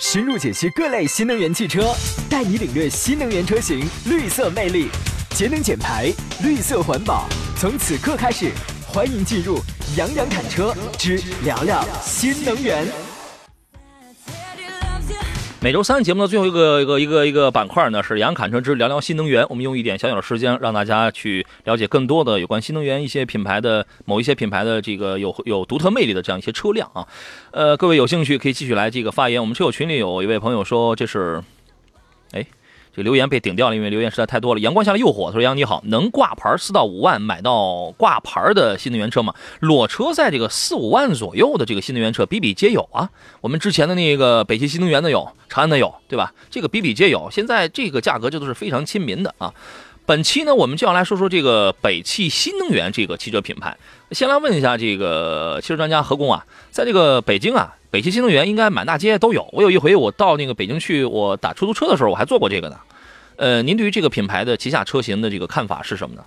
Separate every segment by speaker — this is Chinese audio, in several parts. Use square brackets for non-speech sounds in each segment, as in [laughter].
Speaker 1: 深入解析各类新能源汽车，带你领略新能源车型绿色魅力，节能减排，绿色环保。从此刻开始，欢迎进入《杨洋侃车之聊聊新能源》。
Speaker 2: 每周三节目的最后一个一个一个一个板块呢是“杨侃车之聊聊新能源”，我们用一点小小的时间让大家去了解更多的有关新能源一些品牌的某一些品牌的这个有有独特魅力的这样一些车辆啊。呃，各位有兴趣可以继续来这个发言。我们车友群里有一位朋友说这是，哎，这留言被顶掉了，因为留言实在太多了。阳光下的诱惑，他说：“杨你好，能挂牌四到五万买到挂牌的新能源车吗？裸车在这个四五万左右的这个新能源车比比皆有啊。”我们之前的那个北汽新能源的有，长安的有，对吧？这个比比皆有。现在这个价格这都是非常亲民的啊。本期呢，我们就要来说说这个北汽新能源这个汽车品牌。先来问一下这个汽车专家何工啊，在这个北京啊，北汽新能源应该满大街都有。我有一回我到那个北京去，我打出租车的时候，我还做过这个呢。呃，您对于这个品牌的旗下车型的这个看法是什么呢？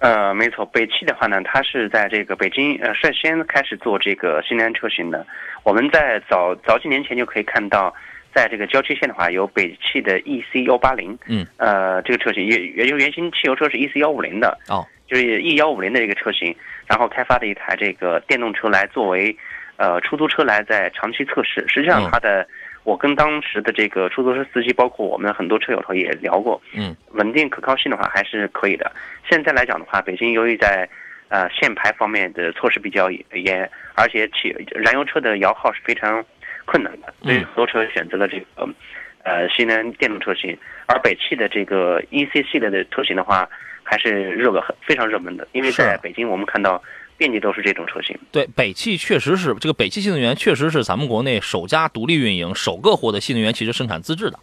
Speaker 3: 呃，没错，北汽的话呢，它是在这个北京呃率先开始做这个新能源车型的。我们在早早几年前就可以看到，在这个郊区县的话，有北汽的 EC 幺八零，
Speaker 2: 嗯，
Speaker 3: 呃，这个车型也原就原先汽油车是 EC 幺五零的，
Speaker 2: 哦，
Speaker 3: 就是 E 幺五零的这个车型，然后开发了一台这个电动车来作为呃出租车来在长期测试。实际上，它的、我跟当时的这个出租车司机，包括我们很多车友头也聊过，
Speaker 2: 嗯，
Speaker 3: 稳定可靠性的话还是可以的。现在来讲的话，北京由于在呃限牌方面的措施比较严，而且汽燃油车的摇号是非常困难的，所以
Speaker 2: 嗯
Speaker 3: 很多车选择了这个呃新能源电动车型。而北汽的这个 EC 系列的车型的话，还是热个很非常热门的，因为
Speaker 2: 是啊
Speaker 3: 在北京我们看到遍地都是这种车型。
Speaker 2: 对，北汽确实是这个北汽新能源，确实是咱们国内首家独立运营、首个获得新能源汽车生产资质的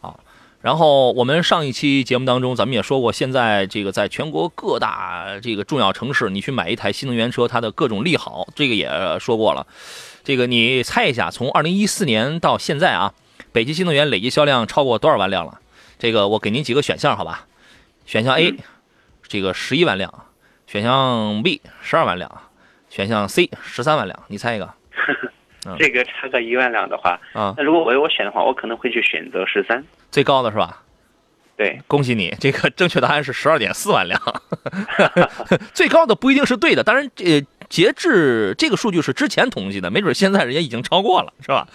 Speaker 2: 啊。然后我们上一期节目当中，咱们也说过，现在这个在全国各大这个重要城市，你去买一台新能源车，它的各种利好，这个也呃说过了。这个你猜一下，从二零一四年到现在啊，北汽新能源累计销量超过多少万辆了？这个我给您几个选项，好吧？选项 A，这个十一万辆；选项 B，十二万辆；选项 C 十三万辆，你猜一个嗯
Speaker 3: 这个差个一万辆的话，
Speaker 2: 啊？
Speaker 3: 那如果我我选的话，我可能会去选择十三。
Speaker 2: 最高的是吧？
Speaker 3: 对，
Speaker 2: 恭喜你，这个正确答案是十二点四万辆。 [laughs] 最高的不一定是对的，当然，这截至这个数据是之前统计的，没准现在人家已经超过了，是吧？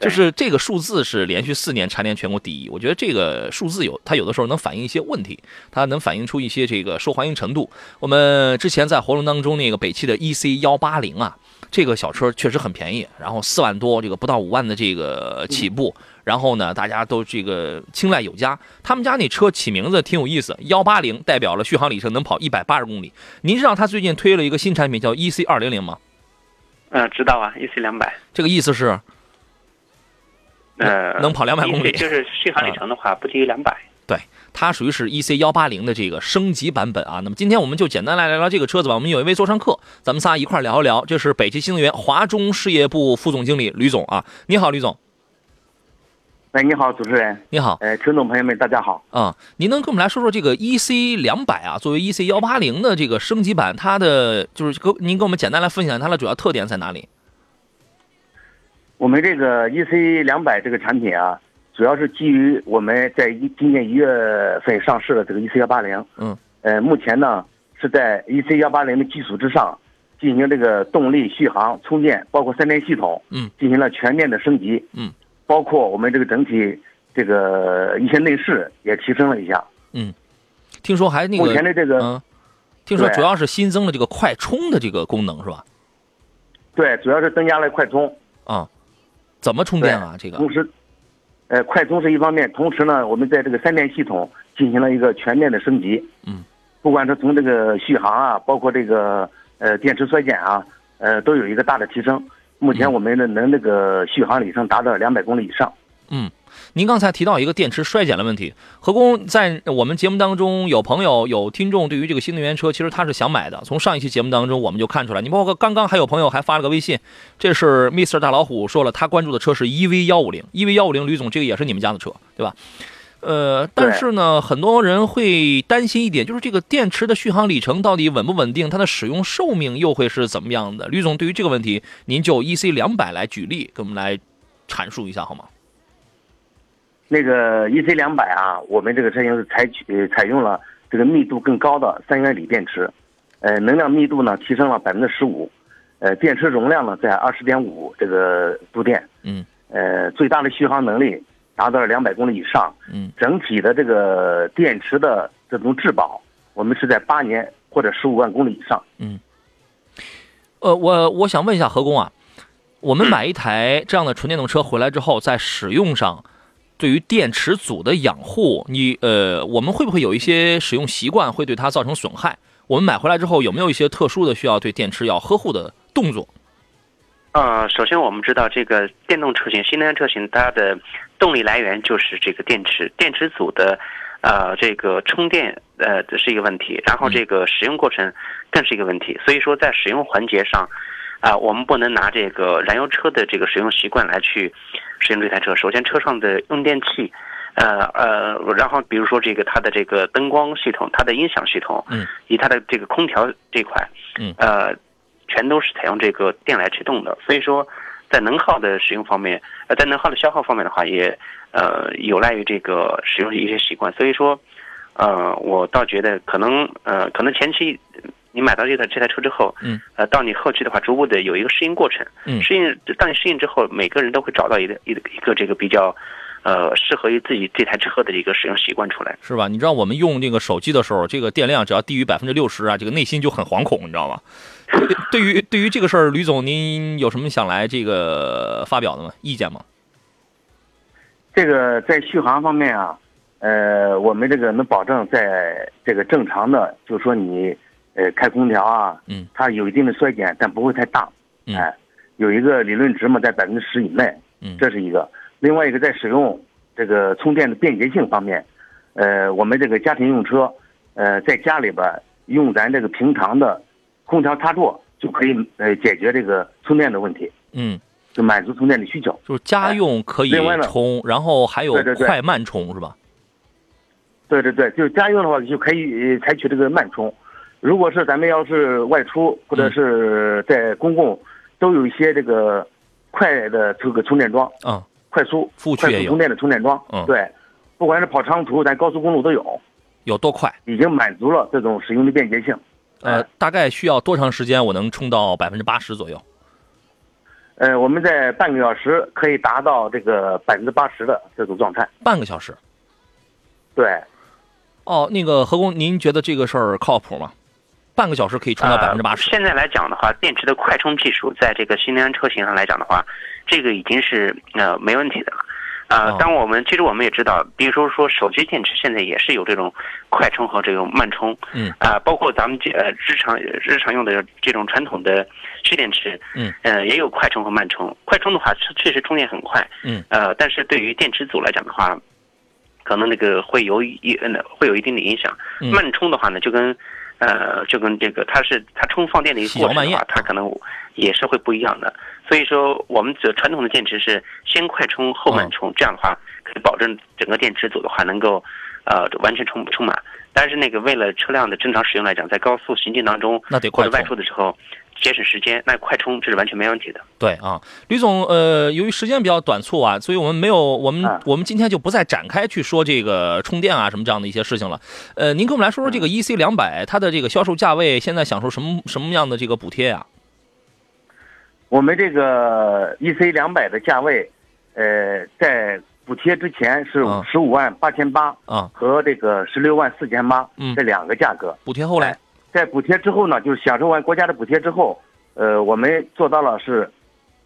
Speaker 3: 对
Speaker 2: 就是这个数字是连续四年蝉联全国第一，我觉得这个数字有它有的时候能反映一些问题，它能反映出一些这个受欢迎程度。我们之前在活动当中那个北汽的 EC 幺八零啊，这个小车确实很便宜，然后四万多，这个不到五万的这个起步，然后呢，大家都这个青睐有加。他们家那车起名字挺有意思，幺八零代表了续航里程能跑一百八十公里。您知道他最近推了一个新产品叫 EC 二零零吗？
Speaker 3: 嗯、知道啊，EC 两百。
Speaker 2: 这个意思是
Speaker 3: 呃，
Speaker 2: 能跑200公里
Speaker 3: 一就是续航里程的话，不低于两百。
Speaker 2: 它属于是 EC 幺八零的这个升级版本啊。那么今天我们就简单来聊聊这个车子吧。我们有一位座上客，咱们仨一块儿聊一聊。这是北汽新能源华中事业部副总经理吕总啊，你好，吕总，
Speaker 4: 哎，你好，主持人，
Speaker 2: 你好。
Speaker 4: 呃，听众朋友们，大家好。
Speaker 2: 啊、您能跟我们来说说这个 EC 两百啊，作为 EC 幺八零的这个升级版，它的就是给您给我们简单来分享它的主要特点在哪里？
Speaker 4: 我们这个 EC 两百这个产品啊，主要是基于我们在一今年一月份上市的这个 EC 幺八零，
Speaker 2: 嗯，
Speaker 4: 呃，目前呢是在 EC 幺八零的基础之上，进行这个动力、续航、充电，包括三电系统，
Speaker 2: 嗯，
Speaker 4: 进行了全面的升级，
Speaker 2: 嗯，
Speaker 4: 包括我们这个整体这个一些内饰也提升了一下。
Speaker 2: 听说还那
Speaker 4: 目前
Speaker 2: 个，
Speaker 4: 的这个、
Speaker 2: 嗯，听说
Speaker 4: 对
Speaker 2: 主要是新增了这个快充的这个功能是吧？
Speaker 4: 对，主要是增加了快充，
Speaker 2: 啊，怎么充电啊？这个
Speaker 4: 同时，呃，快充是一方面，同时呢，我们在这个三电系统进行了一个全面的升级。
Speaker 2: 嗯，
Speaker 4: 不管是从这个续航啊，包括这个呃电池衰减啊，呃，都有一个大的提升。目前
Speaker 2: 嗯
Speaker 4: 我们的能这个续航里程达到两百公里以上。
Speaker 2: 您刚才提到一个电池衰减的问题，何工在我们节目当中有朋友有听众对于这个新能源车，其实他是想买的。从上一期节目当中我们就看出来，你包括刚刚还有朋友还发了个微信，这是 Mr 大老虎说了，他关注的车是 EV 幺五零，EV 幺五零吕总这个也是你们家的车，对吧？呃，但是呢，很多人会担心一点，就是这个电池的续航里程到底稳不稳定，它的使用寿 E 命又会是怎么样的？吕总对于这个问题，您就 EC 两百来举例，给我们来阐述一下好吗？
Speaker 4: 那个 EC 两百啊，我们这个车型是采取呃采用了这个密度更高的三元锂电池，呃，能量密度呢提升了百分之十五，呃，电池容量呢在二十点五这个度电，
Speaker 2: 嗯
Speaker 4: 呃，最大的续航能力达到了两百公里以上，
Speaker 2: 嗯
Speaker 4: 整体的这个电池的这种质保，我们是在八年或者十五万公里以上。
Speaker 2: 呃，我我想问一下何工啊，我们买一台这样的纯电动车回来之后，在使用上，对于电池组的养护，你呃，我们会不会有一些使用习惯会对它造成损害？我们买回来之后有没有一些特殊的需要对电池要呵护的动作？
Speaker 3: 呃，首先我们知道这个电动车型、新能源车型，它的动力来源就是这个电池，电池组的，呃，这个充电呃这是一个问题，然后这个使用过程更是一个问题。所以说在使用环节上，啊、我们不能拿这个燃油车的这个使用习惯来去使用这台车。首先，车上的用电器。呃呃，然后比如说这个它的这个灯光系统、它的音响系统，
Speaker 2: 嗯，
Speaker 3: 以及它的这个空调这块，
Speaker 2: 嗯
Speaker 3: 呃，全都是采用这个电来驱动的，所以说呃在能耗的使用方面，呃，在能耗的消耗方面的话，也呃有赖于这个使用一些习惯，所以说，呃，我倒觉得可能呃可能前期你买到这台这台车之后，
Speaker 2: 嗯，
Speaker 3: 呃，到你后期的话，逐步的有一个适应过程，
Speaker 2: 嗯
Speaker 3: 适应当你适应之后，每个人都会找到一个一个一个这个比较。呃，适合于自己这台车的一个使用习惯出来。
Speaker 2: 是吧？你知道我们用这个手机的时候，这个电量只要低于百分之六十啊，这个内心就很惶恐，你知道吗？对对于对于这个事儿，吕总您有什么想来这个发表的吗？意见吗？
Speaker 4: 这个在续航方面啊，呃，我们这个能保证在这个正常的，就是说你呃开空调啊，
Speaker 2: 嗯，
Speaker 4: 它有一定的衰减，但不会太大，
Speaker 2: 嗯
Speaker 4: 哎，有一个理论值嘛，在百分之十以内，
Speaker 2: 嗯
Speaker 4: 这是一个。另外一个在使用这个充电的便捷性方面，呃，我们这个家庭用车，呃，在家里边用咱这个平常的空调插座就可以呃解决这个充电的问题，
Speaker 2: 嗯，
Speaker 4: 就满足充电的需求。
Speaker 2: 就是家用可以
Speaker 4: 另外呢
Speaker 2: 充，然后还有
Speaker 4: 对对对
Speaker 2: 快慢充是吧？
Speaker 4: 对对对，就是家用的话就可以采取这个慢充。如果是咱们要是外出或者是在公共，都有一些这个快的这个充电桩，
Speaker 2: 啊，
Speaker 4: 快速
Speaker 2: 服务区
Speaker 4: 快
Speaker 2: 也
Speaker 4: 速
Speaker 2: 有
Speaker 4: 充电的充电桩。
Speaker 2: 嗯
Speaker 4: 对，不管是跑长途，咱高速公路都有，
Speaker 2: 有多快？
Speaker 4: 已经满足了这种使用的便捷性。
Speaker 2: 呃
Speaker 4: 哎，
Speaker 2: 大概需要多长时间我能充到百分之八十左右？
Speaker 4: 呃，我们在半个小时可以达到这个百分之八十的这种状态。
Speaker 2: 半个小时。
Speaker 4: 对，
Speaker 2: 哦，那个何工，您觉得这个事儿靠谱吗？半个小时可以充到百分之八
Speaker 3: 呃
Speaker 2: 十？
Speaker 3: 现在来讲的话，电池的快充技术在这个新能源车型上来讲的话，这个已经是呃没问题的了。呃
Speaker 2: 哦，
Speaker 3: 当我们其实我们也知道，比如说说手机电池现在也是有这种快充和这种慢充，
Speaker 2: 嗯，
Speaker 3: 啊、包括咱们这呃日常日常用的这种传统的蓄电池，
Speaker 2: 嗯，
Speaker 3: 呃也有快充和慢充。快充的话是确实充电很快，
Speaker 2: 嗯，
Speaker 3: 呃，但是对于电池组来讲的话，可能那个会有一呃会有一定的影响。
Speaker 2: 嗯
Speaker 3: 慢充的话呢，就跟呃，就跟这个它是它充放电的一个
Speaker 2: 细嚼
Speaker 3: 过程
Speaker 2: 慢
Speaker 3: 的
Speaker 2: 咽
Speaker 3: 话，它可能也是会不一样的。所以说，我们这传统的电池是先快充后
Speaker 2: 嗯
Speaker 3: 慢充，这样的话可以保证整个电池组的话能够呃完全充充满。但是那个为了车辆的正常使用来讲，在高速行进当中
Speaker 2: 那得
Speaker 3: 或
Speaker 2: 快
Speaker 3: 者外
Speaker 2: 充。
Speaker 3: 出的时候节省时间，那快充这是完全没问题的。
Speaker 2: 对啊，吕总，呃，由于时间比较短促啊，所以我们没有，我们、
Speaker 4: 啊
Speaker 2: 我们今天就不再展开去说这个充电啊什么这样的一些事情了。呃，您给我们来说说
Speaker 4: 嗯
Speaker 2: 这个 EC 两百它的这个销售价位，现在享受什么什么样的这个补贴啊？
Speaker 4: 我们这个 EC 两百的价位，呃，在补贴之前是
Speaker 2: 嗯
Speaker 4: 十五万八千八
Speaker 2: 啊，
Speaker 4: 和这个十六万四千八
Speaker 2: 嗯
Speaker 4: 这两个价格。
Speaker 2: 补贴后来
Speaker 4: 哎，在补贴之后呢，就是享受完国家的补贴之后，呃，我们做到了是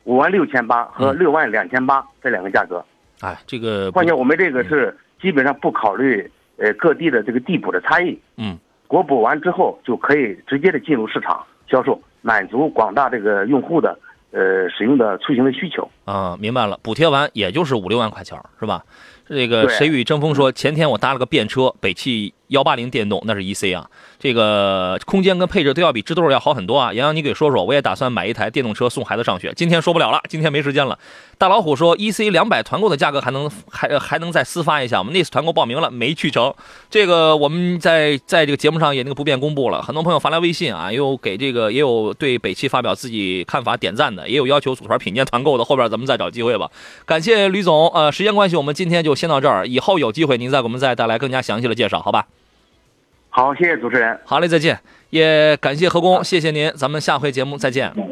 Speaker 4: 五万六千八和
Speaker 2: 嗯
Speaker 4: 六万两千八这两个价格。
Speaker 2: 哎，这个
Speaker 4: 况且我们这个是基本上不考虑呃各地的这个地补的差异，
Speaker 2: 嗯，
Speaker 4: 国补完之后就可以直接的进入市场销售，满足广大这个用户的呃使用的出行的需求。
Speaker 2: 啊，明白了，补贴完也就是五六万块钱儿是吧？这个
Speaker 4: 对
Speaker 2: 谁与争锋说，前天我搭了个便车，北汽幺八零电动，那是 EC 啊，这个空间跟配置都要比知豆要好很多啊。洋洋，你给说说，我也打算买一台电动车送孩子上学。今天说不了了，今天没时间了。大老虎说，EC 两百团购的价格还能还呃还能再私发一下，我们那次团购报名了没去成，这个我们在在这个节目上也那个不便公布了，很多朋友发来微信啊，也有给这个也有对北汽发表自己看法点赞的，也有要求组团品鉴团购的，后边咱们。咱们再找机会吧。感谢吕总，呃，时间关系，我们今天就先到这儿，以后有机会您再给我们再带来更加详细的介绍，好吧？
Speaker 4: 好，谢谢主持人。
Speaker 2: 好嘞，再见，也感谢何工，谢谢您，咱们下回节目再见。